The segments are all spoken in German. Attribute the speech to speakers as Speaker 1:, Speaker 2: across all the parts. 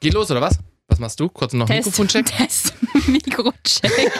Speaker 1: Geht los, oder was? Was machst du? Kurz noch
Speaker 2: Test,
Speaker 1: Mikrofoncheck.
Speaker 2: Test, Mikrocheck.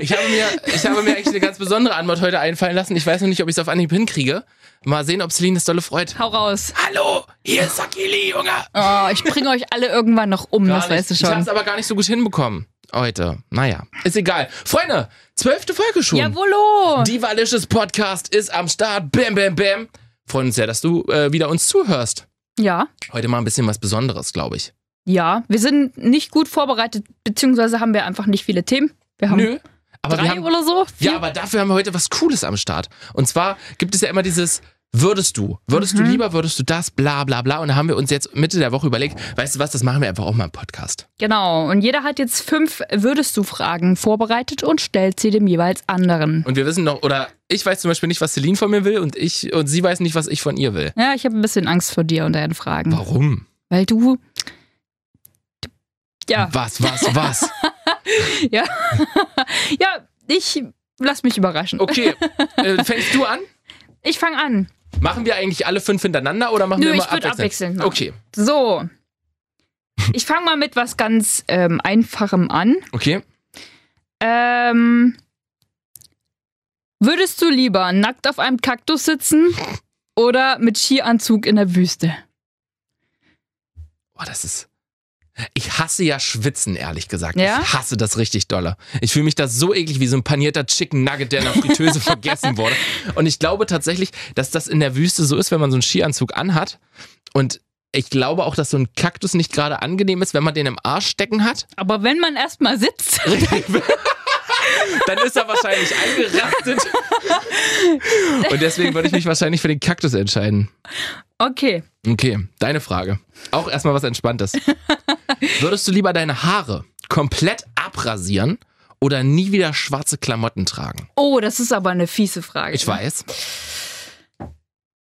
Speaker 1: Ich habe mir, ich habe mir eigentlich eine ganz besondere Antwort heute einfallen lassen. Ich weiß noch nicht, ob ich es auf Anhieb hinkriege. Mal sehen, ob Celine das dolle freut.
Speaker 2: Hau raus.
Speaker 1: Hallo, hier ist Sakili, Junge.
Speaker 2: Oh, ich bringe euch alle irgendwann noch um,
Speaker 1: Gar
Speaker 2: das
Speaker 1: nicht.
Speaker 2: weißt du
Speaker 1: Ich habe
Speaker 2: schon.
Speaker 1: es aber gar nicht so gut hinbekommen heute. Naja, ist egal. Freunde, zwölfte Folge schon.
Speaker 2: Jawollo.
Speaker 1: Die Walisches Podcast ist am Start. Bam, bam, bam. Freuen uns sehr, dass du äh, wieder uns zuhörst.
Speaker 2: Ja,
Speaker 1: Heute mal ein bisschen was Besonderes, glaube ich.
Speaker 2: ja. Wir sind nicht gut vorbereitet, beziehungsweise haben wir einfach nicht viele Themen. Wir haben
Speaker 1: Nö. Aber
Speaker 2: drei
Speaker 1: wir haben,
Speaker 2: oder so. Vier.
Speaker 1: ja, aber dafür haben wir heute was Cooles am Start. Und zwar gibt es ja immer dieses Würdest du, würdest du
Speaker 2: Mhm.
Speaker 1: lieber, würdest du das, bla bla bla. Und da haben wir uns jetzt Mitte der Woche überlegt, weißt du was, das machen wir einfach auch mal im Podcast.
Speaker 2: Genau. Und jeder hat jetzt fünf Würdest du Fragen vorbereitet und stellt sie dem jeweils anderen.
Speaker 1: Und wir wissen noch, oder ich weiß zum Beispiel nicht, was Celine von mir will und ich und sie weiß nicht, was ich von ihr will.
Speaker 2: Ja, ich habe ein bisschen Angst vor dir und deinen Fragen.
Speaker 1: Warum?
Speaker 2: Weil du. du- Ja,
Speaker 1: Was, was, was?
Speaker 2: ja, ich lass mich überraschen.
Speaker 1: Okay, äh, fängst du an?
Speaker 2: Ich fange an.
Speaker 1: Machen wir eigentlich alle fünf hintereinander oder machen
Speaker 2: Nö,
Speaker 1: wir immer
Speaker 2: ich würd abwechselnd machen.
Speaker 1: Okay,
Speaker 2: So. Ich fange mal mit was ganz ähm, Einfachem an.
Speaker 1: okay.
Speaker 2: Ähm, würdest du lieber nackt auf einem Kaktus sitzen oder mit Skianzug in der Wüste?
Speaker 1: Boah, Oh, das ist. Ich hasse ja Schwitzen, ehrlich gesagt.
Speaker 2: Ja?
Speaker 1: Ich hasse das richtig dolle. Ich fühle mich da so eklig wie so ein panierter Chicken Nugget, der in der Fritteuse vergessen wurde. Und ich glaube tatsächlich, dass das in der Wüste so ist, wenn man so einen Skianzug anhat. Und ich glaube auch, dass so ein Kaktus nicht gerade angenehm ist, wenn man den im Arsch stecken hat.
Speaker 2: Aber wenn man erstmal sitzt,
Speaker 1: Dann ist er wahrscheinlich eingerastet. Und deswegen würde ich mich wahrscheinlich für den Kaktus entscheiden.
Speaker 2: okay.
Speaker 1: Okay, deine Frage. Auch erstmal was Entspanntes. Würdest du lieber deine Haare komplett abrasieren oder nie wieder schwarze Klamotten tragen?
Speaker 2: Oh, das ist aber eine fiese Frage.
Speaker 1: Ich weiß.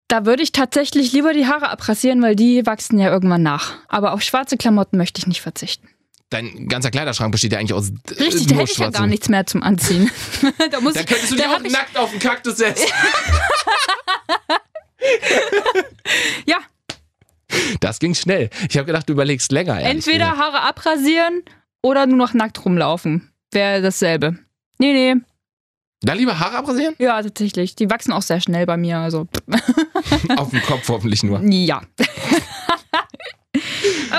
Speaker 2: Da würde ich tatsächlich lieber die Haare abrasieren, weil die wachsen ja irgendwann nach. Aber auf schwarze Klamotten möchte ich nicht verzichten.
Speaker 1: Dein ganzer Kleiderschrank besteht ja eigentlich aus. äh,
Speaker 2: Richtig, da
Speaker 1: nur
Speaker 2: hätte ich ja
Speaker 1: schwarzen-
Speaker 2: gar nichts mehr zum Anziehen. da muss
Speaker 1: Da
Speaker 2: ich,
Speaker 1: könntest du dich
Speaker 2: da
Speaker 1: auch
Speaker 2: hab ich,
Speaker 1: nackt auf den Kaktus setzen.
Speaker 2: Ja,
Speaker 1: Das ging schnell. Ich habe gedacht, du überlegst länger. ehrlich
Speaker 2: Entweder
Speaker 1: gesagt.
Speaker 2: Haare abrasieren oder nur noch nackt rumlaufen. Wäre dasselbe. Nee, nee.
Speaker 1: Dann lieber Haare abrasieren?
Speaker 2: Ja, also tatsächlich. Die wachsen auch sehr schnell bei mir. Also, pff,
Speaker 1: auf dem Kopf hoffentlich nur.
Speaker 2: ja.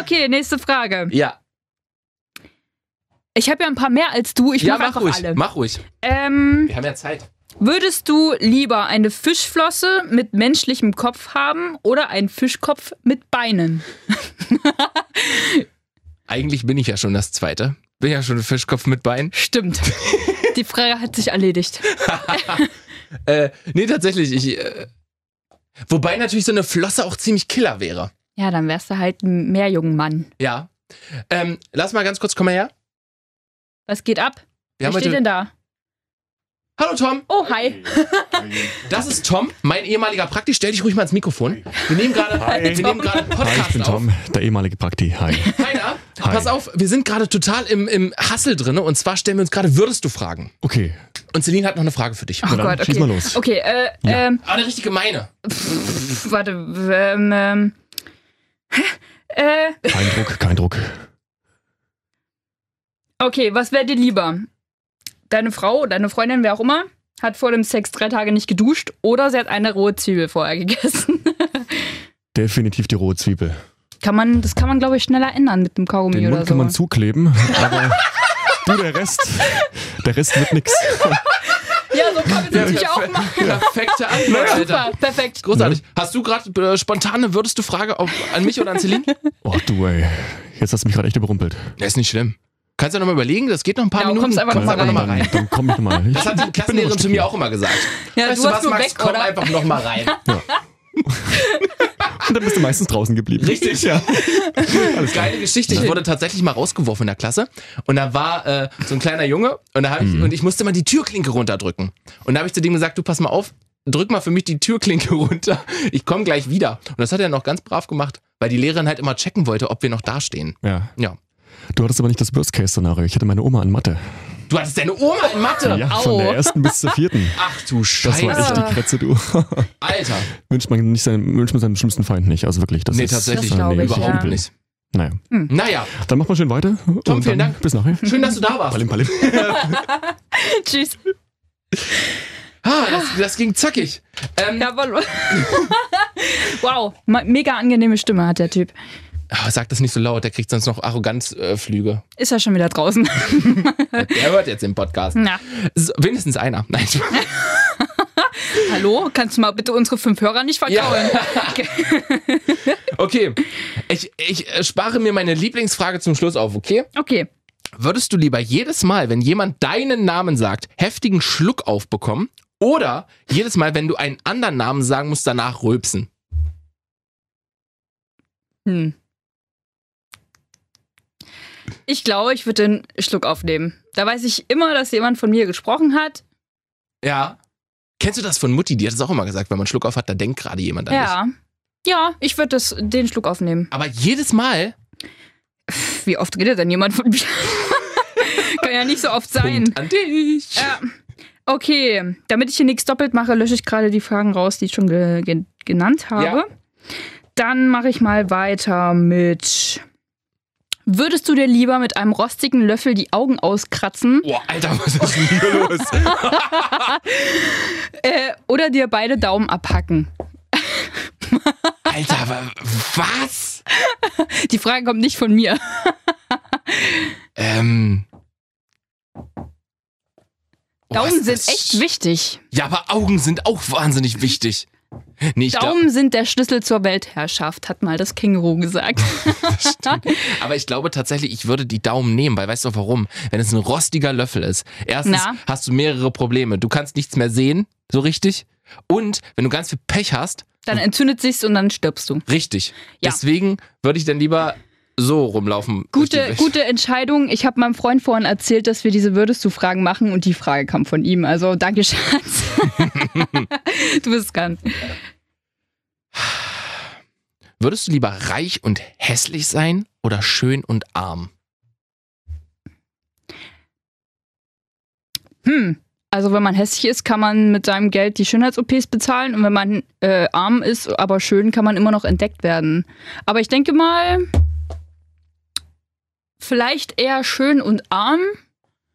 Speaker 2: okay, nächste Frage.
Speaker 1: Ja,
Speaker 2: Ich habe ja ein paar mehr als du. Ich
Speaker 1: ja
Speaker 2: mach
Speaker 1: mach
Speaker 2: einfach
Speaker 1: ruhig.
Speaker 2: alle.
Speaker 1: Mach ruhig.
Speaker 2: Ähm,
Speaker 1: Wir haben ja Zeit.
Speaker 2: würdest du lieber eine Fischflosse mit menschlichem Kopf haben oder einen Fischkopf mit Beinen?
Speaker 1: Eigentlich bin ich ja schon das Zweite. Bin ja schon ein Fischkopf mit Bein.
Speaker 2: Stimmt. Die Frage hat sich erledigt.
Speaker 1: Äh, nee, tatsächlich. Ich, äh, wobei natürlich so eine Flosse auch ziemlich killer wäre.
Speaker 2: Ja, dann wärst du halt ein Meerjungenmann.
Speaker 1: Ja. Ähm, lass mal ganz kurz, komm mal her.
Speaker 2: Was geht ab?
Speaker 1: Wir haben
Speaker 2: Wer steht
Speaker 1: heute.
Speaker 2: denn da?
Speaker 1: Hallo Tom,
Speaker 2: Oh, hi.
Speaker 1: das ist Tom, mein ehemaliger Prakti. Stell dich ruhig mal ins Mikrofon. Wir nehmen gerade
Speaker 3: Hi.
Speaker 1: wir nehmen gerade einen
Speaker 3: Hi,
Speaker 1: Podcast
Speaker 3: ich bin Tom, der ehemalige Prakti. Hi.
Speaker 1: auf. Keiner.
Speaker 3: Hi.
Speaker 1: Pass auf, wir sind gerade total im, im Hassel drin und zwar stellen wir uns gerade, würdest du fragen?
Speaker 3: Okay,
Speaker 1: Und Celine hat noch eine Frage für dich.
Speaker 2: Oh
Speaker 3: Na dann,
Speaker 2: Gott, okay.
Speaker 3: schieß mal los.
Speaker 2: Okay, äh,
Speaker 3: Ja.
Speaker 2: ähm,
Speaker 1: Aber eine richtig gemeine.
Speaker 2: pf, warte, ähm, ähm, äh,
Speaker 3: kein Druck, kein Druck.
Speaker 2: okay, was wäre dir lieber? Deine Frau, deine Freundin, wer auch immer, hat vor dem Sex drei Tage nicht geduscht oder sie hat eine rohe Zwiebel vorher gegessen.
Speaker 3: Definitiv die rohe Zwiebel.
Speaker 2: kann man, das kann man, glaube ich, schneller ändern mit dem Kaugummi
Speaker 3: Den
Speaker 2: oder
Speaker 3: Mund
Speaker 2: so.
Speaker 3: kann man zukleben, aber du, der Rest, der Rest wird nix.
Speaker 2: ja, so kann man es natürlich auch machen.
Speaker 1: Perfekte Antwort,
Speaker 2: Super,
Speaker 1: Alter.
Speaker 2: perfekt.
Speaker 1: Großartig. Hast du gerade äh, spontane würdest du Frage auf, an mich oder an Celine?
Speaker 3: Oh du ey, jetzt hast du mich gerade echt überrumpelt.
Speaker 1: Ja, ist nicht schlimm. Kannst du nochmal überlegen, das geht noch ein paar
Speaker 2: Genau,
Speaker 1: Minuten.
Speaker 2: kommst einfach noch mal rein.
Speaker 3: dann,
Speaker 1: noch mal
Speaker 3: Dann, dann komm ich nochmal. Ich,
Speaker 1: Das hat die Klassenlehrerin zu mir auch immer gesagt.
Speaker 2: Ja,
Speaker 1: weißt
Speaker 2: du
Speaker 1: was,
Speaker 2: hast nur
Speaker 1: Max,
Speaker 2: weg,
Speaker 1: komm
Speaker 2: oder?
Speaker 1: einfach nochmal rein.
Speaker 3: Und dann bist du meistens draußen geblieben.
Speaker 1: Richtig, ja. Geile Geschichte. Ich wurde tatsächlich mal rausgeworfen in der Klasse und da war äh, so ein kleiner Junge und, da hab ich, und ich musste mal die Türklinke runterdrücken. Und da habe ich zu dem gesagt, du pass mal auf, drück mal für mich die Türklinke runter. Ich komme gleich wieder. Und das hat er noch ganz brav gemacht, weil die Lehrerin halt immer checken wollte, ob wir noch dastehen.
Speaker 3: Ja.
Speaker 1: Ja.
Speaker 3: Du hattest aber nicht das Worst-Case-Szenario. Ich hatte meine Oma in Mathe.
Speaker 1: Du hattest deine Oma in Mathe.
Speaker 3: Ja,
Speaker 2: Au.
Speaker 3: von der ersten bis zur vierten.
Speaker 1: Ach du
Speaker 3: Das war echt
Speaker 1: Scheiße.
Speaker 3: die Kretze, du.
Speaker 1: Alter.
Speaker 3: wünscht, man nicht seinen, wünscht man seinem schlimmsten Feind nicht. Also wirklich, das
Speaker 1: Nee,
Speaker 3: ist...
Speaker 1: tatsächlich
Speaker 2: Das glaub ich,
Speaker 1: überhaupt
Speaker 2: ja.
Speaker 1: nicht.
Speaker 3: Naja,
Speaker 1: Naja,
Speaker 3: dann machen wir schön weiter.
Speaker 1: Hm. Tom,
Speaker 3: und
Speaker 1: vielen
Speaker 3: dann
Speaker 1: Dank.
Speaker 3: Bis nachher.
Speaker 1: schön, dass du da warst.
Speaker 3: Palim, palim.
Speaker 2: Tschüss.
Speaker 1: Ah, das, das ging zackig. Ähm,
Speaker 2: Jawohl. wow, ma- mega angenehme Stimme hat der Typ.
Speaker 1: ah, sag das nicht so laut, der kriegt sonst noch Arroganzflüge.
Speaker 2: Ist ja schon wieder draußen.
Speaker 1: Der hört jetzt den Podcast.
Speaker 2: Na,
Speaker 1: So, wenigstens einer. Nein,
Speaker 2: hallo, kannst du mal bitte unsere fünf Hörer nicht verkaufen?
Speaker 1: okay. Ich, ich äh, spare mir meine Lieblingsfrage zum Schluss auf, okay?
Speaker 2: Okay.
Speaker 1: Würdest du lieber jedes Mal, wenn jemand deinen Namen sagt, heftigen Schluck aufbekommen? Oder jedes Mal, wenn du einen anderen Namen sagen musst, danach rülpsen?
Speaker 2: Hm. Ich glaube, ich würde den Schluck aufnehmen. Da weiß ich immer, dass jemand von mir gesprochen hat.
Speaker 1: Ja. Kennst du das von Mutti? Die hat es auch immer gesagt, wenn man Schluck auf hat, da denkt gerade jemand an dich.
Speaker 2: ja. Ja, ich würde das- den Schluck aufnehmen.
Speaker 1: Aber jedes Mal?
Speaker 2: Pff, Wie oft redet denn jemand von mir? Kann ja nicht so oft sein.
Speaker 1: Punkt an dich.
Speaker 2: Ja. Okay, damit ich hier nichts doppelt mache, lösche ich gerade die Fragen raus, die ich schon ge ge genannt habe.
Speaker 1: Ja.
Speaker 2: Dann mache ich mal weiter mit. Würdest du dir lieber mit einem rostigen Löffel die Augen auskratzen
Speaker 1: Boah, Alter, was ist denn hier los?
Speaker 2: äh, oder dir beide Daumen abhacken?
Speaker 1: Alter, wa- was?
Speaker 2: Die Frage kommt nicht von mir.
Speaker 1: Oh, Ähm. Oh,
Speaker 2: Daumen
Speaker 1: was
Speaker 2: sind
Speaker 1: ist das?
Speaker 2: echt wichtig.
Speaker 1: Ja, aber Augen sind auch wahnsinnig wichtig. Nee, ich glaub,
Speaker 2: Daumen sind der Schlüssel zur Weltherrschaft, hat mal das Känguru gesagt.
Speaker 1: aber ich glaube tatsächlich, ich würde die Daumen nehmen, weil weißt du warum? Wenn es ein rostiger Löffel ist. Erstens
Speaker 2: Na?
Speaker 1: hast du mehrere Probleme. Du kannst nichts mehr sehen, so richtig. Und wenn du ganz viel Pech hast,
Speaker 2: Dann entzündet sich's und dann stirbst du.
Speaker 1: richtig.
Speaker 2: Ja.
Speaker 1: Deswegen würde ich dann lieber so rumlaufen. durch die
Speaker 2: Gute,
Speaker 1: Welt.
Speaker 2: gute Entscheidung. Ich habe meinem Freund vorhin erzählt, dass wir diese Würdest du Fragen machen und die Frage kam von ihm. Also danke, Schatz. du bist dran.
Speaker 1: Würdest du lieber reich und hässlich sein oder schön und arm?
Speaker 2: Hm. Also wenn man hässlich ist, kann man mit seinem Geld die Schönheits-OPs bezahlen und wenn man äh, arm ist, aber schön, kann man immer noch entdeckt werden. Aber ich denke mal, vielleicht eher schön und arm,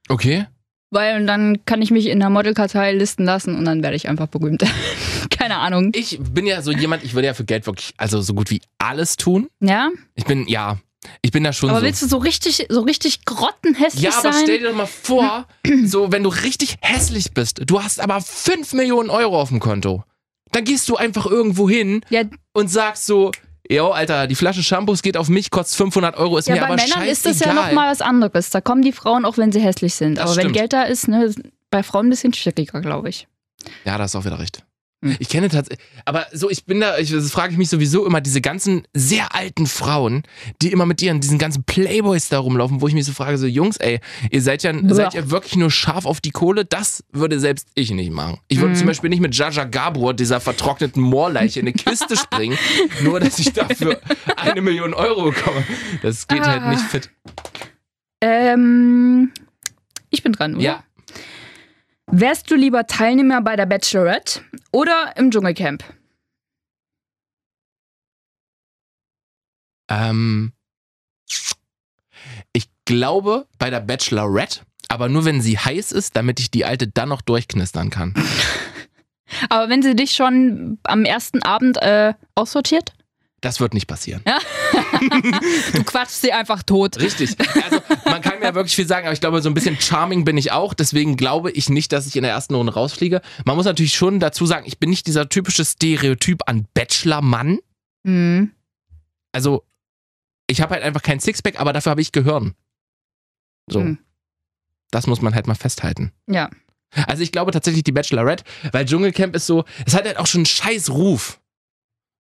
Speaker 1: Okay.
Speaker 2: weil dann kann ich mich in der Modelkartei listen lassen und dann werde ich einfach berühmt. Keine Ahnung.
Speaker 1: Ich bin ja so jemand, ich würde ja für Geld wirklich, also so gut wie alles tun.
Speaker 2: Ja?
Speaker 1: Ich bin, ja, ich bin da schon
Speaker 2: Aber
Speaker 1: so.
Speaker 2: willst du so richtig, so richtig grottenhässlich
Speaker 1: Ja, aber
Speaker 2: sein?
Speaker 1: stell dir doch mal vor, so wenn du richtig hässlich bist, du hast aber 5 Millionen Euro auf dem Konto, dann gehst du einfach irgendwo hin
Speaker 2: ja,
Speaker 1: und sagst so, yo, Alter, die Flasche Shampoos geht auf mich, kostet 500 Euro, ist
Speaker 2: ja
Speaker 1: mir
Speaker 2: bei
Speaker 1: aber
Speaker 2: Männern
Speaker 1: scheißegal.
Speaker 2: ist das ja nochmal was anderes. Da kommen die Frauen, auch wenn sie hässlich sind.
Speaker 1: Das
Speaker 2: aber wenn
Speaker 1: stimmt.
Speaker 2: Geld da ist, ne, bei Frauen ein bisschen schwieriger, glaube ich.
Speaker 1: Ja, da hast du auch wieder recht.
Speaker 2: Hm.
Speaker 1: Ich kenne tatsächlich, aber so, ich bin da, ich, das frage ich mich sowieso immer, diese ganzen sehr alten Frauen, die immer mit ihren, diesen ganzen Playboys da rumlaufen, wo ich mich so frage, so, Jungs, ey, ihr seid ja, seid ihr wirklich nur scharf auf die Kohle? Das würde selbst ich nicht machen. Ich würde
Speaker 2: Mhm.
Speaker 1: zum Beispiel nicht mit Jaja Gabor, dieser vertrockneten Moorleiche, in eine Kiste springen, nur dass ich dafür eine Million Euro bekomme. Das geht halt
Speaker 2: Ah.
Speaker 1: nicht fit.
Speaker 2: Ähm, ich bin dran, oder?
Speaker 1: Ja.
Speaker 2: Wärst du lieber Teilnehmer bei der Bachelorette oder im Dschungelcamp?
Speaker 1: Ähm, ich glaube bei der Bachelorette, aber nur wenn sie heiß ist, damit ich die alte dann noch durchknistern kann.
Speaker 2: Aber wenn sie dich schon am ersten Abend äh, aussortiert,
Speaker 1: Das wird nicht passieren.
Speaker 2: du quatschst sie einfach tot.
Speaker 1: Richtig. Also man kann mir ja wirklich viel sagen, aber ich glaube, so ein bisschen charming bin ich auch. Deswegen glaube ich nicht, dass ich in der ersten Runde rausfliege. Man muss natürlich schon dazu sagen, ich bin nicht dieser typische Stereotyp an Bachelor-Mann.
Speaker 2: Hm.
Speaker 1: Also ich habe halt einfach kein Sixpack, aber dafür habe ich Gehirn. So.
Speaker 2: Hm.
Speaker 1: Das muss man halt mal festhalten.
Speaker 2: Ja.
Speaker 1: Also ich glaube tatsächlich die Bachelorette, weil Dschungelcamp ist so, es hat halt auch schon einen scheiß Ruf.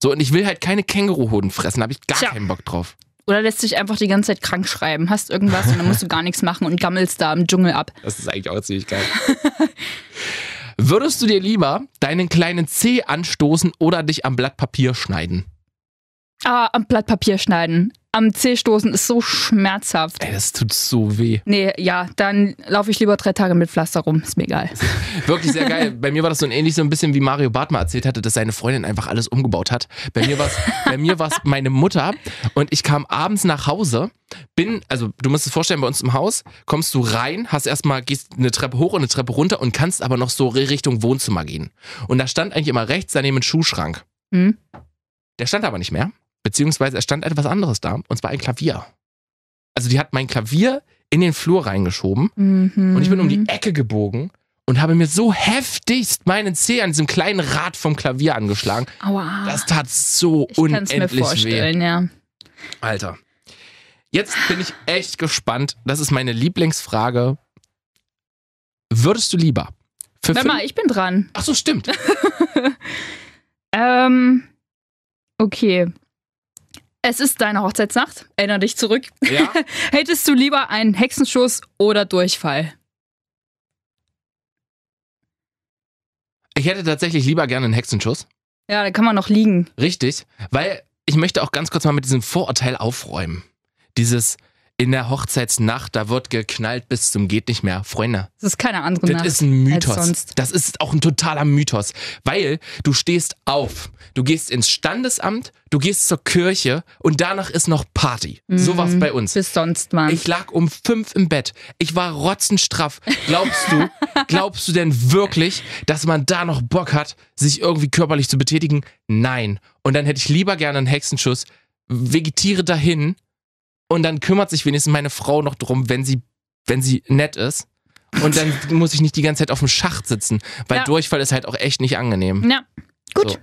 Speaker 1: So, und ich will halt keine Känguruhoden fressen, da habe ich gar
Speaker 2: Tja.
Speaker 1: keinen Bock drauf.
Speaker 2: Oder lässt dich einfach die ganze Zeit krank schreiben, hast irgendwas und dann musst du gar nichts machen und gammelst da im Dschungel ab.
Speaker 1: Das ist eigentlich auch ziemlich geil. Würdest du dir lieber deinen kleinen Zeh anstoßen oder dich am Blatt Papier schneiden?
Speaker 2: Ah, am Blatt Papier schneiden. am Zeh stoßen ist so schmerzhaft.
Speaker 1: Ey, das tut so weh.
Speaker 2: Nee, ja, dann laufe ich lieber drei Tage mit Pflaster rum. Ist mir egal.
Speaker 1: Wirklich sehr geil. Bei mir war das so ein ähnlich so ein bisschen wie Mario Barth mal erzählt hatte, dass seine Freundin einfach alles umgebaut hat. Bei mir war es bei mir war's meine Mutter und ich kam abends nach Hause, bin also du musst es vorstellen bei uns im Haus, kommst du rein, hast erstmal gehst eine Treppe hoch und eine Treppe runter und kannst aber noch so Richtung Wohnzimmer gehen. Und da stand eigentlich immer rechts daneben ein Schuhschrank.
Speaker 2: Hm?
Speaker 1: Der stand aber nicht mehr, beziehungsweise es stand etwas anderes da und zwar ein Klavier. Also die hat mein Klavier in den Flur reingeschoben
Speaker 2: Mhm.
Speaker 1: und ich bin um die Ecke gebogen und habe mir so heftigst meinen Zeh an diesem kleinen Rad vom Klavier angeschlagen.
Speaker 2: Aua.
Speaker 1: Das tat so
Speaker 2: Ah, ich kann es mir
Speaker 1: unendlich weh.
Speaker 2: vorstellen, ja.
Speaker 1: Alter. Jetzt bin ich echt gespannt. Das ist meine Lieblingsfrage. Würdest du lieber für
Speaker 2: Warte
Speaker 1: fünf-
Speaker 2: mal, ich bin dran.
Speaker 1: Ach so, stimmt.
Speaker 2: Ähm, okay. Es ist deine Hochzeitsnacht. Erinner dich zurück.
Speaker 1: Ja.
Speaker 2: Hättest du lieber einen Hexenschuss oder Durchfall?
Speaker 1: Ich hätte tatsächlich lieber gerne einen Hexenschuss.
Speaker 2: Ja, da kann man noch liegen.
Speaker 1: Richtig, weil ich möchte auch ganz kurz mal mit diesem Vorurteil aufräumen. Dieses in der Hochzeitsnacht, da wird geknallt bis zum geht nicht mehr. Freunde,
Speaker 2: Das ist keine andere
Speaker 1: das
Speaker 2: Nacht.
Speaker 1: ist ein
Speaker 2: als
Speaker 1: Mythos.
Speaker 2: sonst.
Speaker 1: Das ist auch ein totaler Mythos, weil du stehst auf, du gehst ins Standesamt, du gehst zur Kirche und danach ist noch Party.
Speaker 2: Mhm.
Speaker 1: So war's bei uns.
Speaker 2: Bis sonst, Mann.
Speaker 1: Ich lag um fünf im Bett. Ich war rotzenstraff. Glaubst du, glaubst du denn wirklich, dass man da noch Bock hat, sich irgendwie körperlich zu betätigen? Nein. Und dann hätte ich lieber gerne einen Hexenschuss, vegetiere dahin und dann kümmert sich wenigstens meine Frau noch drum, wenn sie, wenn sie nett ist. Und dann muss ich nicht die ganze Zeit auf dem Schacht sitzen, weil
Speaker 2: Ja.
Speaker 1: Durchfall ist halt auch echt nicht angenehm.
Speaker 2: ja, gut.
Speaker 1: So.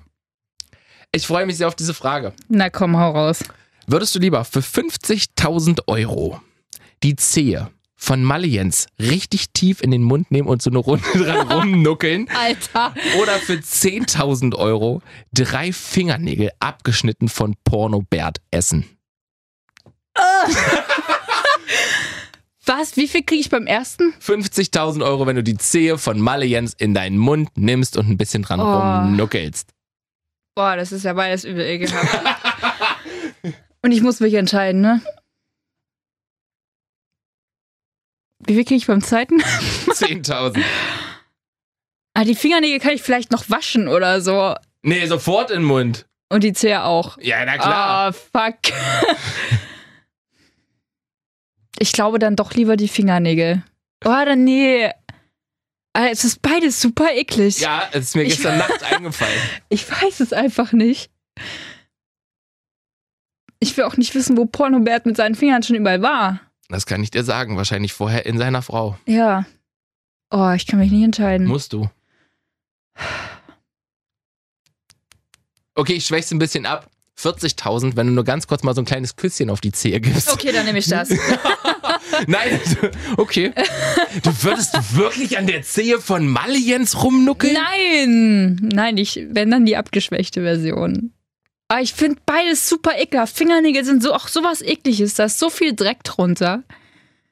Speaker 1: Ich freue mich sehr auf diese Frage.
Speaker 2: Na komm, hau raus.
Speaker 1: Würdest du lieber für 50.000 Euro die Zehe von Maliens richtig tief in den Mund nehmen und so eine Runde dran rumnuckeln?
Speaker 2: Alter.
Speaker 1: Oder für 10.000 Euro drei Fingernägel abgeschnitten von Pornobert essen?
Speaker 2: Was? Wie viel kriege ich beim ersten?
Speaker 1: 50.000 Euro, wenn du die Zehe von Maliens in deinen Mund nimmst und ein bisschen dran
Speaker 2: Oh.
Speaker 1: rumnuckelst.
Speaker 2: Boah, das ist ja beides übel ekelhaft. Und ich muss mich entscheiden, ne? Wie viel kriege ich beim zweiten?
Speaker 1: 10.000.
Speaker 2: Ah, die Fingernägel kann ich vielleicht noch waschen oder so.
Speaker 1: Nee, sofort in den Mund.
Speaker 2: Und die Zehe auch.
Speaker 1: Ja, na klar.
Speaker 2: Ah, fuck. ich glaube dann doch lieber die Fingernägel. Oh, dann nee. Ah, Es ist beides super eklig.
Speaker 1: Ja, es ist mir
Speaker 2: Ich-
Speaker 1: gestern Nacht eingefallen.
Speaker 2: Ich weiß es einfach nicht. Ich will auch nicht wissen, wo Pornobert mit seinen Fingern schon überall war.
Speaker 1: Das kann ich dir sagen. Wahrscheinlich vorher in seiner Frau.
Speaker 2: Ja. Oh, ich kann mich nicht entscheiden.
Speaker 1: Musst du. Okay, ich schwäch's ein bisschen ab. 40.000, wenn du nur ganz kurz mal so ein kleines Küsschen auf die Zehe gibst.
Speaker 2: Okay, dann nehme ich das.
Speaker 1: Nein, okay. Du würdest wirklich an der Zehe von Maliens rumnuckeln?
Speaker 2: Nein! Nein, ich, wenn dann die abgeschwächte Version. Aber ich finde beides super ekelhaft. Fingernägel sind so auch sowas ekliges. Da ist so viel Dreck drunter.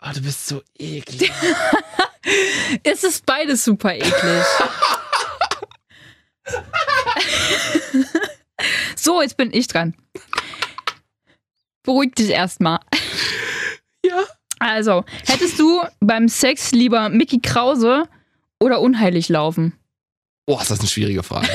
Speaker 1: Oh, du bist so eklig.
Speaker 2: Es ist beides super eklig. so, jetzt bin ich dran. Beruhig dich erstmal.
Speaker 1: Ja.
Speaker 2: Also, hättest du beim Sex lieber Mickey Krause oder unheilig laufen?
Speaker 1: Oh, ist das eine schwierige Frage.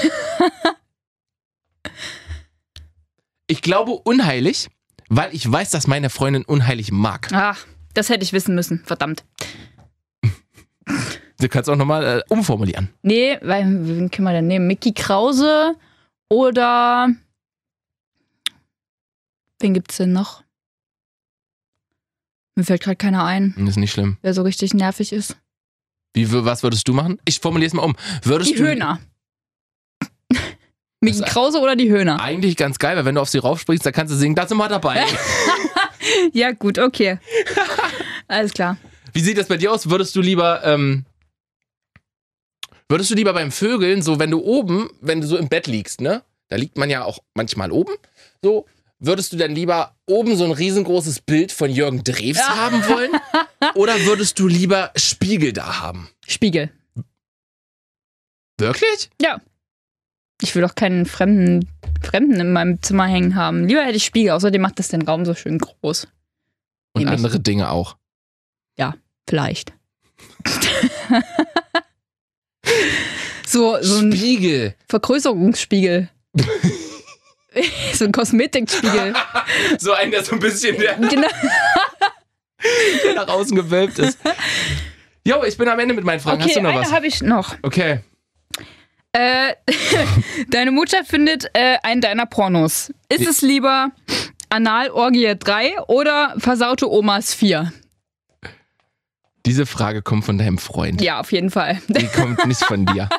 Speaker 1: Ich glaube unheilig, weil ich weiß, dass meine Freundin unheilig mag.
Speaker 2: Ach, Ah, das hätte ich wissen müssen. Verdammt.
Speaker 1: Du kannst auch nochmal äh, umformulieren.
Speaker 2: Nee, weil, wen können wir denn nehmen? Mickey Krause oder. Wen gibt's denn noch? Mir fällt gerade keiner ein,
Speaker 1: Ist nicht schlimm.
Speaker 2: wer so richtig nervig ist.
Speaker 1: Wie, wür- was würdest du machen? Ich formuliere es mal um. Würdest
Speaker 2: Die
Speaker 1: du
Speaker 2: Höhner. Mickey
Speaker 1: Das-
Speaker 2: Krause oder die Höhner?
Speaker 1: Eigentlich ganz geil, weil wenn du auf sie raufspringst, dann kannst du singen, da sind wir dabei.
Speaker 2: Ja, gut, okay. Alles klar.
Speaker 1: Wie sieht das bei dir aus? Würdest du lieber, ähm, würdest du lieber beim Vögeln, so wenn du oben, wenn du so im Bett liegst, ne? Da liegt man ja auch manchmal oben, so. Würdest du dann lieber oben so ein riesengroßes Bild von Jürgen Drews haben wollen? Oder würdest du lieber Spiegel da haben?
Speaker 2: Spiegel.
Speaker 1: Wirklich?
Speaker 2: Ja. Ich will doch keinen Fremden, Fremden in meinem Zimmer hängen haben. Lieber hätte ich Spiegel, außerdem macht das den Raum so schön groß.
Speaker 1: Und
Speaker 2: Nämlich.
Speaker 1: andere Dinge auch.
Speaker 2: Vielleicht. so, so ein
Speaker 1: Spiegel.
Speaker 2: Vergrößerungsspiegel. so ein Kosmetikspiegel.
Speaker 1: So ein, der so ein bisschen der
Speaker 2: genau.
Speaker 1: nach außen gewölbt ist. Jo, ich bin am Ende mit meinen Fragen. Hast
Speaker 2: Okay,
Speaker 1: du noch
Speaker 2: eine
Speaker 1: was?
Speaker 2: habe ich noch.
Speaker 1: Okay.
Speaker 2: Äh, deine Mutter findet äh, einen deiner Pornos. Ist es lieber Analorgie 3 oder Versaute Omas 4?
Speaker 1: Diese Frage kommt von deinem Freund.
Speaker 2: Ja, auf jeden Fall.
Speaker 1: Die kommt nicht von dir.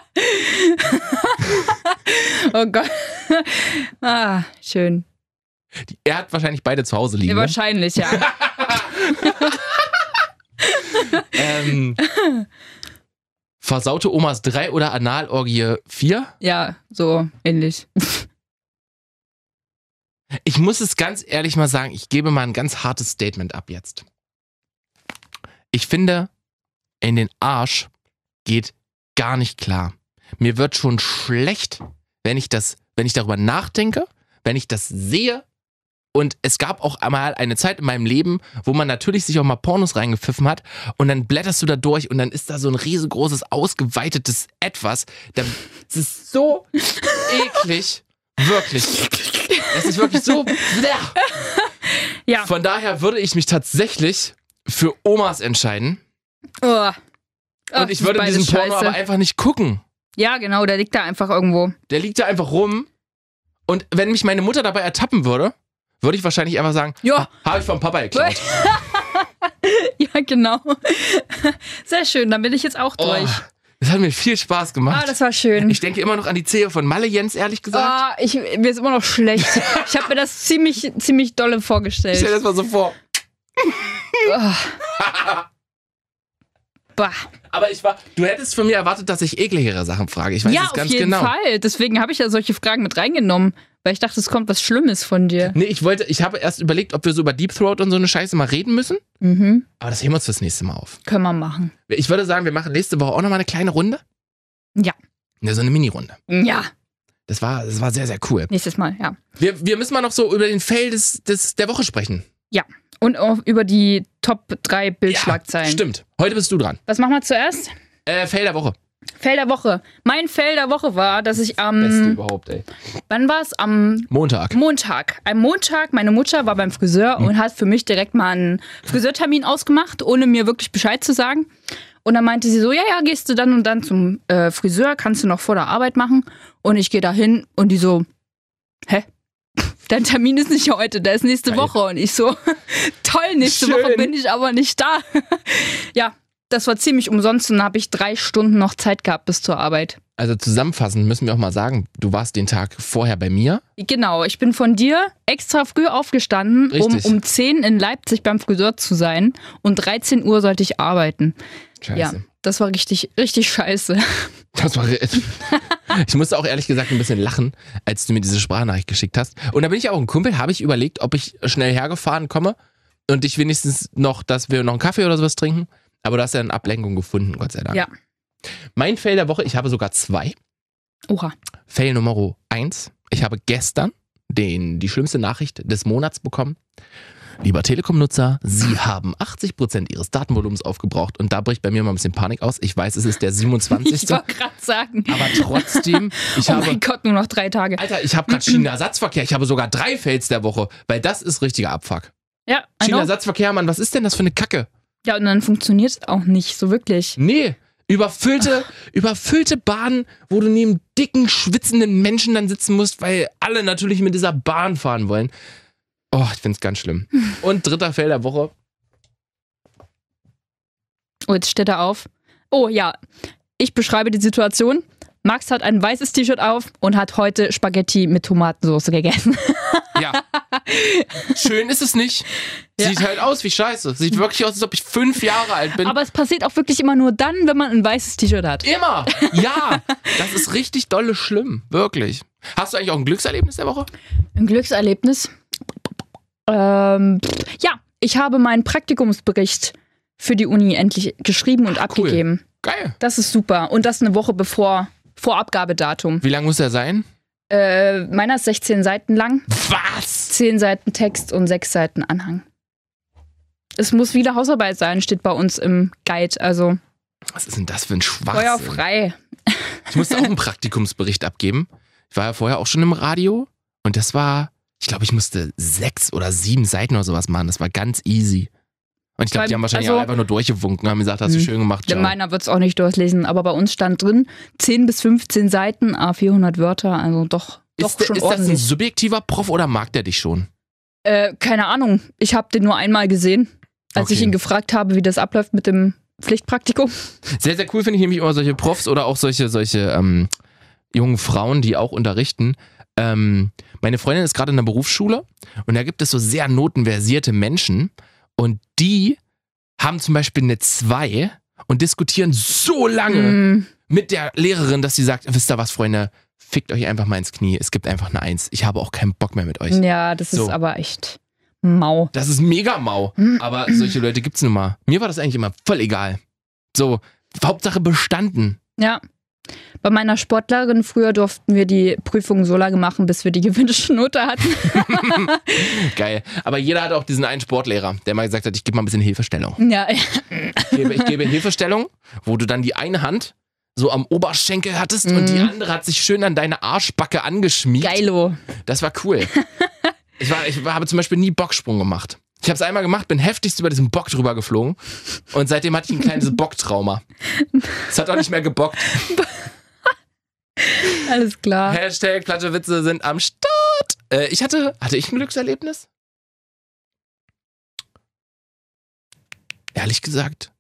Speaker 2: Oh Gott. Ah, schön.
Speaker 1: Die- Er hat wahrscheinlich beide zu Hause
Speaker 2: Ja,
Speaker 1: liegen. Ne?
Speaker 2: wahrscheinlich, ja.
Speaker 1: Ähm, versaute Omas 3 oder Analorgie 4?
Speaker 2: ja, so ähnlich.
Speaker 1: Ich muss es ganz ehrlich mal sagen, ich gebe mal ein ganz hartes Statement ab jetzt. Ich finde, in den Arsch geht gar nicht klar. Mir wird schon schlecht, wenn ich das, wenn ich darüber nachdenke, wenn ich das sehe. Und es gab auch einmal eine Zeit in meinem Leben, wo man natürlich sich auch mal Pornos reingepfiffen hat und dann blätterst du da durch und dann ist da so ein riesengroßes, ausgeweitetes Etwas. Da- Es ist so eklig. Wirklich. Es ist wirklich so.
Speaker 2: Ja.
Speaker 1: Von daher würde ich mich tatsächlich für Omas entscheiden.
Speaker 2: Oh. Ach,
Speaker 1: und ich würde
Speaker 2: beides
Speaker 1: diesen Porno
Speaker 2: scheiße.
Speaker 1: aber einfach nicht gucken.
Speaker 2: Ja, genau, der liegt da einfach irgendwo.
Speaker 1: Der liegt da einfach rum. Und wenn mich meine Mutter dabei ertappen würde, würde ich wahrscheinlich einfach sagen,
Speaker 2: Ja.
Speaker 1: habe ich vom Papa geklaut.
Speaker 2: Ja, genau. Sehr schön, dann bin ich jetzt auch
Speaker 1: Oh,
Speaker 2: durch.
Speaker 1: das hat mir viel Spaß
Speaker 2: ah,
Speaker 1: gemacht.
Speaker 2: das war schön.
Speaker 1: ich denke immer noch an die Zehe von Malle Jens, ehrlich gesagt.
Speaker 2: Ah, ich, mir ist immer noch schlecht. Ich habe mir das ziemlich, ziemlich dolle
Speaker 1: Ich
Speaker 2: vorgestellt.
Speaker 1: stelle das mal so vor.
Speaker 2: Ah. Bah.
Speaker 1: Aber ich war, du hättest von mir erwartet, dass ich ekligere Sachen frage. Ich weiß
Speaker 2: Ja,
Speaker 1: es
Speaker 2: auf
Speaker 1: ganz
Speaker 2: jeden
Speaker 1: genau.
Speaker 2: Fall. Deswegen habe ich ja solche Fragen mit reingenommen, weil ich dachte, es kommt was Schlimmes von dir.
Speaker 1: Nee, ich wollte, ich habe erst überlegt, ob wir so über Deep Throat und so eine Scheiße mal reden müssen.
Speaker 2: Mhm.
Speaker 1: Aber das heben wir uns fürs nächste Mal auf.
Speaker 2: Können wir machen.
Speaker 1: Ich würde sagen, wir machen nächste Woche auch nochmal eine kleine Runde.
Speaker 2: Ja.
Speaker 1: Ja, so eine Mini-Runde.
Speaker 2: Ja,
Speaker 1: Das war, das war sehr, sehr cool.
Speaker 2: nächstes Mal, ja.
Speaker 1: Wir, wir müssen mal noch so über den Fail des, des, der Woche sprechen.
Speaker 2: Und auch über die Top 3 Bildschlagzeilen.
Speaker 1: Stimmt. Heute bist du dran.
Speaker 2: Was machen wir zuerst?
Speaker 1: Äh, Fail der Woche.
Speaker 2: Fail der Woche. Mein Fail der Woche war, dass ich
Speaker 1: Beste
Speaker 2: am.
Speaker 1: überhaupt, ey.
Speaker 2: Wann war es? Am
Speaker 1: Montag.
Speaker 2: Montag. Am Montag, meine Mutter war beim Friseur
Speaker 1: Hm.
Speaker 2: und hat für mich direkt mal einen Friseurtermin ausgemacht, ohne mir wirklich Bescheid zu sagen. Und dann meinte sie so, ja, ja, gehst du dann und dann zum äh, Friseur, kannst du noch vor der Arbeit machen. Und ich gehe da hin und die so, hä? Dein Termin ist nicht heute, der ist nächste
Speaker 1: Geil.
Speaker 2: Woche. Und ich so, toll, nächste
Speaker 1: Schön.
Speaker 2: Woche bin ich aber nicht da. ja, das war ziemlich umsonst und dann habe ich drei Stunden noch Zeit gehabt bis zur Arbeit.
Speaker 1: Also zusammenfassend müssen wir auch mal sagen, du warst den Tag vorher bei mir.
Speaker 2: Genau, ich bin von dir extra früh aufgestanden, um
Speaker 1: Richtig.
Speaker 2: um 10 in Leipzig beim Friseur zu sein und 13 Uhr sollte ich arbeiten.
Speaker 1: Scheiße.
Speaker 2: Ja, das war richtig, richtig scheiße.
Speaker 1: Das war. ich musste auch ehrlich gesagt ein bisschen lachen, als du mir diese Sprachnachricht geschickt hast. Und da bin ich auch ein Kumpel, habe ich überlegt, ob ich schnell hergefahren komme und dich wenigstens noch, dass wir noch einen Kaffee oder sowas trinken. Aber du hast ja eine Ablenkung gefunden, Gott sei Dank.
Speaker 2: Ja.
Speaker 1: Mein Fail der Woche, ich habe sogar zwei.
Speaker 2: Oha.
Speaker 1: Fail Nummer eins. Ich habe gestern den, die schlimmste Nachricht des Monats bekommen. Lieber Telekom-Nutzer, Sie haben 80% Ihres Datenvolumens aufgebraucht und da bricht bei mir mal ein bisschen Panik aus. Ich weiß, es ist der 27.
Speaker 2: Ich wollte gerade sagen.
Speaker 1: Aber trotzdem, ich
Speaker 2: oh
Speaker 1: habe.
Speaker 2: mein Gott, nur noch drei Tage.
Speaker 1: Alter, ich habe gerade Schienenersatzverkehr. Ich habe sogar drei Fails der Woche, weil das ist richtiger Abfuck.
Speaker 2: Ja, I know.
Speaker 1: Schienenersatzverkehr, Mann, was ist denn das für eine Kacke?
Speaker 2: ja, und dann funktioniert es auch nicht so wirklich.
Speaker 1: Nee, überfüllte, überfüllte Bahnen, wo du neben dicken, schwitzenden Menschen dann sitzen musst, weil alle natürlich mit dieser Bahn fahren wollen. Oh, ich find's ganz schlimm. Und dritter Fail der Woche.
Speaker 2: Oh, jetzt steht er auf. Oh ja, ich beschreibe die Situation. Max hat ein weißes T-Shirt auf und hat heute Spaghetti mit Tomatensauce gegessen.
Speaker 1: Ja. Schön ist es nicht.
Speaker 2: Ja.
Speaker 1: Sieht halt aus wie Scheiße. Sieht wirklich aus, als ob ich fünf Jahre alt bin.
Speaker 2: Aber es passiert auch wirklich immer nur dann, wenn man ein weißes T-Shirt hat.
Speaker 1: Immer! Ja! Das ist richtig dolle schlimm. Wirklich. Hast du eigentlich auch ein Glückserlebnis der Woche?
Speaker 2: Ein Glückserlebnis? Ähm, pff, ja, ich habe meinen Praktikumsbericht für die Uni endlich geschrieben und
Speaker 1: cool.
Speaker 2: abgegeben.
Speaker 1: Geil.
Speaker 2: Das ist super. Und das eine Woche bevor, vor Abgabedatum.
Speaker 1: Wie lang muss der sein?
Speaker 2: Äh, meiner ist 16 Seiten lang,
Speaker 1: Was?
Speaker 2: 10 Seiten Text und 6 Seiten Anhang. Es muss wieder Hausarbeit sein, steht bei uns im Guide. Also
Speaker 1: Was ist denn das für ein Schwachsinn?
Speaker 2: feuerfrei.
Speaker 1: Ich musste auch einen Praktikumsbericht abgeben. Ich war ja vorher auch schon im Radio und das war, ich glaube, ich musste sechs oder sieben Seiten oder sowas machen. Das war ganz easy. Und ich glaube,
Speaker 2: Weil-
Speaker 1: die haben wahrscheinlich
Speaker 2: also-
Speaker 1: auch einfach nur durchgewunken, haben gesagt, hast du
Speaker 2: Hm.
Speaker 1: schön gemacht.
Speaker 2: Der
Speaker 1: ciao.
Speaker 2: Meiner wird es auch nicht durchlesen, aber bei uns stand drin 10 bis 15 Seiten, A400 Wörter, also doch, doch
Speaker 1: Ist, der-
Speaker 2: schon
Speaker 1: ist das ein
Speaker 2: ordentlich.
Speaker 1: subjektiver Prof oder mag der dich schon?
Speaker 2: Äh, keine Ahnung, ich habe den nur einmal gesehen, als
Speaker 1: Okay.
Speaker 2: ich ihn gefragt habe, wie das abläuft mit dem Pflichtpraktikum.
Speaker 1: Sehr, sehr cool finde ich nämlich immer solche Profs oder auch solche, solche ähm, jungen Frauen, die auch unterrichten. Ähm, meine Freundin ist gerade in der Berufsschule und da gibt es so sehr notenversierte Menschen und die haben zum Beispiel eine 2 und diskutieren so lange
Speaker 2: Mm,
Speaker 1: mit der Lehrerin, dass sie sagt, wisst ihr was, Freunde, fickt euch einfach mal ins Knie, es gibt einfach eine 1. Ich habe auch keinen Bock mehr mit euch.
Speaker 2: ja, das
Speaker 1: So.
Speaker 2: ist aber echt mau.
Speaker 1: Das ist mega mau. Aber solche Leute gibt's nun mal. Mir war das eigentlich immer voll egal. So, Hauptsache bestanden.
Speaker 2: Ja. Bei meiner Sportlerin früher durften wir die Prüfungen so lange machen, bis wir die gewünschte Note hatten.
Speaker 1: Geil. Aber jeder hat auch diesen einen Sportlehrer, der mal gesagt hat, ich gebe mal ein bisschen Hilfestellung.
Speaker 2: Ja, äh, ja.
Speaker 1: Ich gebe, ich gebe Hilfestellung, wo du dann die eine Hand so am Oberschenkel hattest und die
Speaker 2: Mhm.
Speaker 1: andere hat sich schön an deine Arschbacke angeschmiegt.
Speaker 2: geilo.
Speaker 1: Das war cool. Ich, war, ich habe zum Beispiel nie Bocksprung gemacht. Ich habe es einmal gemacht, bin heftigst über diesen Bock drüber geflogen und seitdem hatte ich ein kleines Bocktrauma. Es hat auch nicht mehr gebockt.
Speaker 2: Alles klar.
Speaker 1: Hashtag Platte Witze sind am Start. Äh, ich hatte, hatte ich ein Glückserlebnis? Ehrlich gesagt.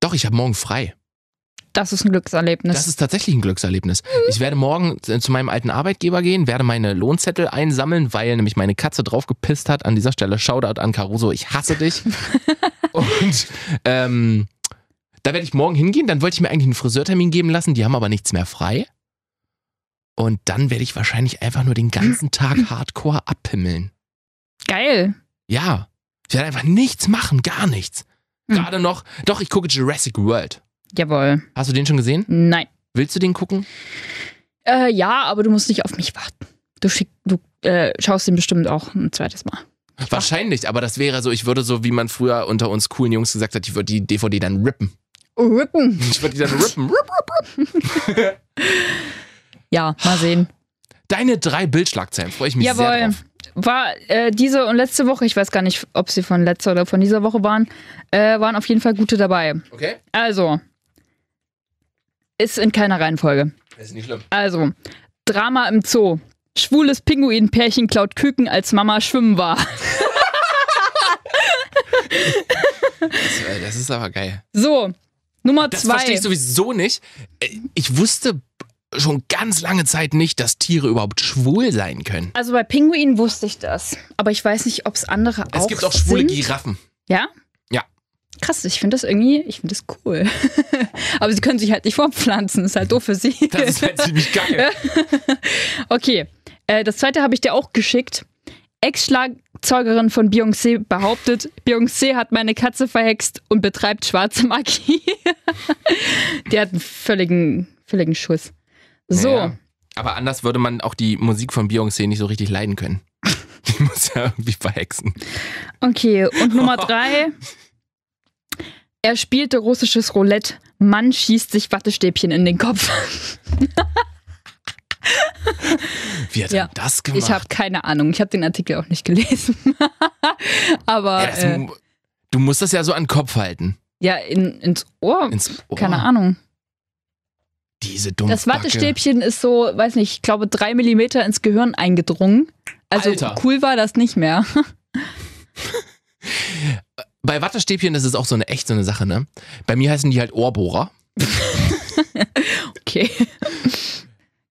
Speaker 1: Doch, ich habe morgen frei.
Speaker 2: Das ist ein Glückserlebnis.
Speaker 1: Das ist tatsächlich ein Glückserlebnis. Ich werde morgen zu zu meinem alten Arbeitgeber gehen, werde meine Lohnzettel einsammeln, weil nämlich meine Katze draufgepisst hat. An dieser Stelle Shoutout an Caruso, ich hasse dich. Und ähm, da werde ich morgen hingehen. Dann wollte ich mir eigentlich einen Friseurtermin geben lassen, die haben aber nichts mehr frei. Und dann werde ich wahrscheinlich einfach nur den ganzen Tag hardcore abpimmeln.
Speaker 2: Geil.
Speaker 1: Ja. Ich werde einfach nichts machen, gar nichts.
Speaker 2: Hm.
Speaker 1: Gerade noch, doch, ich gucke Jurassic World.
Speaker 2: Jawohl.
Speaker 1: Hast du den schon gesehen?
Speaker 2: Nein.
Speaker 1: Willst du den gucken?
Speaker 2: Äh, ja, aber du musst nicht auf mich warten. Du, schick, du äh, schaust ihn bestimmt auch ein zweites Mal.
Speaker 1: Wahrscheinlich, aber das wäre so, ich würde so, wie man früher unter uns coolen Jungs gesagt hat, ich würde die DVD dann rippen.
Speaker 2: Rippen.
Speaker 1: Ich würde die dann rippen. Rip.
Speaker 2: Ja, mal sehen.
Speaker 1: Deine drei Bildschlagzeilen, freue ich mich sehr
Speaker 2: Jawohl.
Speaker 1: drauf.
Speaker 2: War äh, diese und letzte Woche, ich weiß gar nicht, ob sie von letzter oder von dieser Woche waren, äh, waren auf jeden Fall gute dabei.
Speaker 1: Okay?
Speaker 2: Also, ist in keiner Reihenfolge.
Speaker 1: Das ist nicht schlimm.
Speaker 2: Also, Drama im Zoo. Schwules Pinguinpärchen klaut Küken, als Mama schwimmen war.
Speaker 1: Das, äh, das ist aber geil.
Speaker 2: So, Nummer
Speaker 1: Das verstehe
Speaker 2: zwei.
Speaker 1: ich sowieso nicht. Äh, Ich wusste schon ganz lange Zeit nicht, dass Tiere überhaupt schwul sein können.
Speaker 2: Also bei Pinguinen wusste ich das, aber ich weiß nicht, ob es andere auch
Speaker 1: Es gibt auch schwule
Speaker 2: sind.
Speaker 1: Giraffen.
Speaker 2: Ja?
Speaker 1: Ja.
Speaker 2: Krass, ich finde das irgendwie, ich finde das cool. aber sie können sich halt nicht fortpflanzen, ist halt doof für sie.
Speaker 1: Das ist halt ziemlich geil.
Speaker 2: Okay, äh, das zweite habe ich dir auch geschickt. Ex-Schlagzeugerin von Beyoncé behauptet, Beyoncé hat meine Katze verhext und betreibt schwarze Magie. Die hat einen völligen, völligen Schuss. So,
Speaker 1: Ja. Aber anders würde man auch die Musik von Beyoncé nicht so richtig leiden können. Die muss ja irgendwie verhexen.
Speaker 2: okay. Und Nummer drei. Er spielte russisches Roulette. Mann schießt sich Wattestäbchen in den Kopf.
Speaker 1: Wie hat
Speaker 2: Ja.
Speaker 1: er das gemacht?
Speaker 2: Ich habe keine Ahnung. Ich habe den Artikel auch nicht gelesen. Aber
Speaker 1: Ja,
Speaker 2: ja,
Speaker 1: das,
Speaker 2: äh,
Speaker 1: mu- du musst das ja so an den Kopf halten.
Speaker 2: ja in, ins Ohr.
Speaker 1: Ins Ohr.
Speaker 2: Keine Ahnung.
Speaker 1: Diese dumme
Speaker 2: Das Wattestäbchen ist so, weiß nicht, ich glaube, drei Millimeter ins Gehirn eingedrungen. Also
Speaker 1: Alter.
Speaker 2: cool war das nicht mehr.
Speaker 1: Bei Wattestäbchen das ist auch so eine echt so eine Sache, ne? Bei mir heißen die halt Ohrbohrer.
Speaker 2: Okay.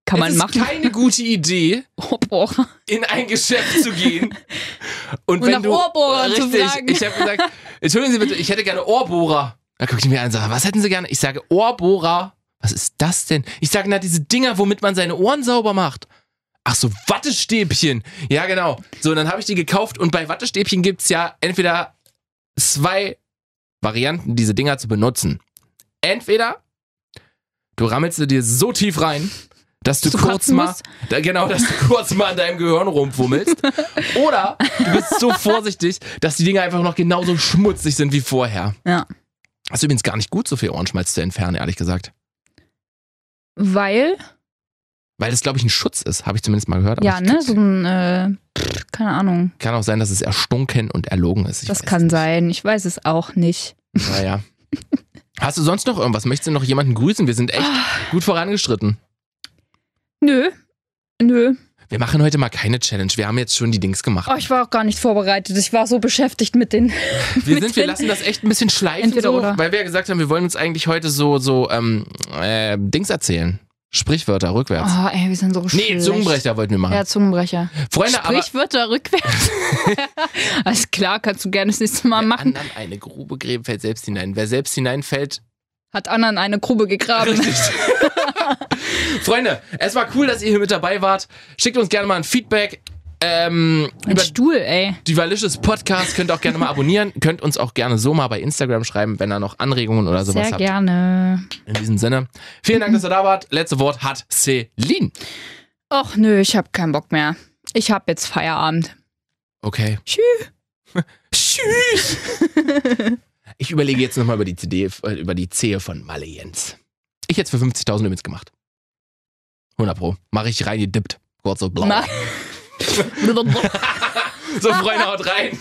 Speaker 2: Kann man
Speaker 1: es ist
Speaker 2: machen.
Speaker 1: keine gute Idee,
Speaker 2: Ohrbohrer.
Speaker 1: in ein Geschäft zu gehen und,
Speaker 2: Und
Speaker 1: wenn
Speaker 2: nach
Speaker 1: du
Speaker 2: Ohrbohrern zu
Speaker 1: richtig,
Speaker 2: fragen.
Speaker 1: ich habe gesagt, entschuldigen Sie bitte, ich hätte gerne Ohrbohrer. Da guckt die mir an und sagt, was hätten Sie gerne? Ich sage Ohrbohrer. Was ist das denn? Ich sage, na diese Dinger, womit man seine Ohren sauber macht. Ach so, Wattestäbchen. Ja, genau. So, und dann habe ich die gekauft und bei Wattestäbchen gibt's ja entweder zwei Varianten, diese Dinger zu benutzen. Entweder du rammelst sie dir so tief rein, Dass du,
Speaker 2: du
Speaker 1: kurz
Speaker 2: kotzen
Speaker 1: mal,
Speaker 2: musst?
Speaker 1: da, genau, dass du kurz mal an deinem Gehirn rumfummelst. Oder du bist so vorsichtig, dass die Dinge einfach noch genauso schmutzig sind wie vorher.
Speaker 2: Ja.
Speaker 1: Das ist übrigens gar nicht gut, so viel Ohrenschmalz zu entfernen, ehrlich gesagt.
Speaker 2: Weil,
Speaker 1: Weil das, glaube ich, ein Schutz ist, habe ich zumindest mal gehört. aber
Speaker 2: ja,
Speaker 1: ich-
Speaker 2: ne, so ein, äh, pff, keine Ahnung.
Speaker 1: Kann auch sein, dass es erstunken und erlogen ist. Ich
Speaker 2: das
Speaker 1: weiß
Speaker 2: kann
Speaker 1: nicht.
Speaker 2: sein. Ich weiß es auch nicht.
Speaker 1: Naja. Hast du sonst noch irgendwas? Möchtest du noch jemanden grüßen? Wir sind echt
Speaker 2: Ah.
Speaker 1: gut vorangeschritten.
Speaker 2: Nö. Nö.
Speaker 1: Wir machen heute mal keine Challenge. Wir haben jetzt schon die Dings gemacht.
Speaker 2: Oh, ich war auch gar nicht vorbereitet. Ich war so beschäftigt mit den.
Speaker 1: wir
Speaker 2: mit
Speaker 1: sind, wir
Speaker 2: den-
Speaker 1: lassen das echt ein bisschen schleifen,
Speaker 2: Entweder
Speaker 1: so,
Speaker 2: oder.
Speaker 1: weil wir ja gesagt haben, wir wollen uns eigentlich heute so, so ähm, äh, Dings erzählen. Sprichwörter rückwärts.
Speaker 2: Oh, ey, wir sind so
Speaker 1: nee,
Speaker 2: schlecht.
Speaker 1: Zungenbrecher wollten wir machen.
Speaker 2: Ja, Zungenbrecher.
Speaker 1: Freunde,
Speaker 2: Sprichwörter rückwärts. Alles klar, kannst du gerne das nächste Mal
Speaker 1: aber wer
Speaker 2: machen.
Speaker 1: anderen eine Grube gräbt, fällt selbst hinein. Wer selbst hineinfällt,
Speaker 2: Hat anderen eine Grube gegraben.
Speaker 1: Richtig. Freunde, es war cool, dass ihr hier mit dabei wart. Schickt uns gerne mal ein Feedback. Ähm,
Speaker 2: Ein
Speaker 1: über
Speaker 2: Stuhl, ey.
Speaker 1: die Valicious Podcast könnt ihr auch gerne mal abonnieren. könnt uns auch gerne so mal bei Instagram schreiben, wenn ihr noch Anregungen oder sowas
Speaker 2: Sehr
Speaker 1: habt.
Speaker 2: gerne.
Speaker 1: In diesem Sinne. Vielen Dank, dass ihr da wart. Letzte Wort hat Celine.
Speaker 2: Och nö, ich hab keinen Bock mehr. Ich hab jetzt Feierabend.
Speaker 1: Okay.
Speaker 2: Tschüss.
Speaker 1: Tschüss. ich überlege jetzt nochmal über die CD, äh, über die Zehe von Malle Jens. Ich hätte es für 50.000 übrigens gemacht. 100 Pro. Mache ich rein, gedippt. Kurz so blau.
Speaker 2: Ma-
Speaker 1: So, Freunde, haut rein.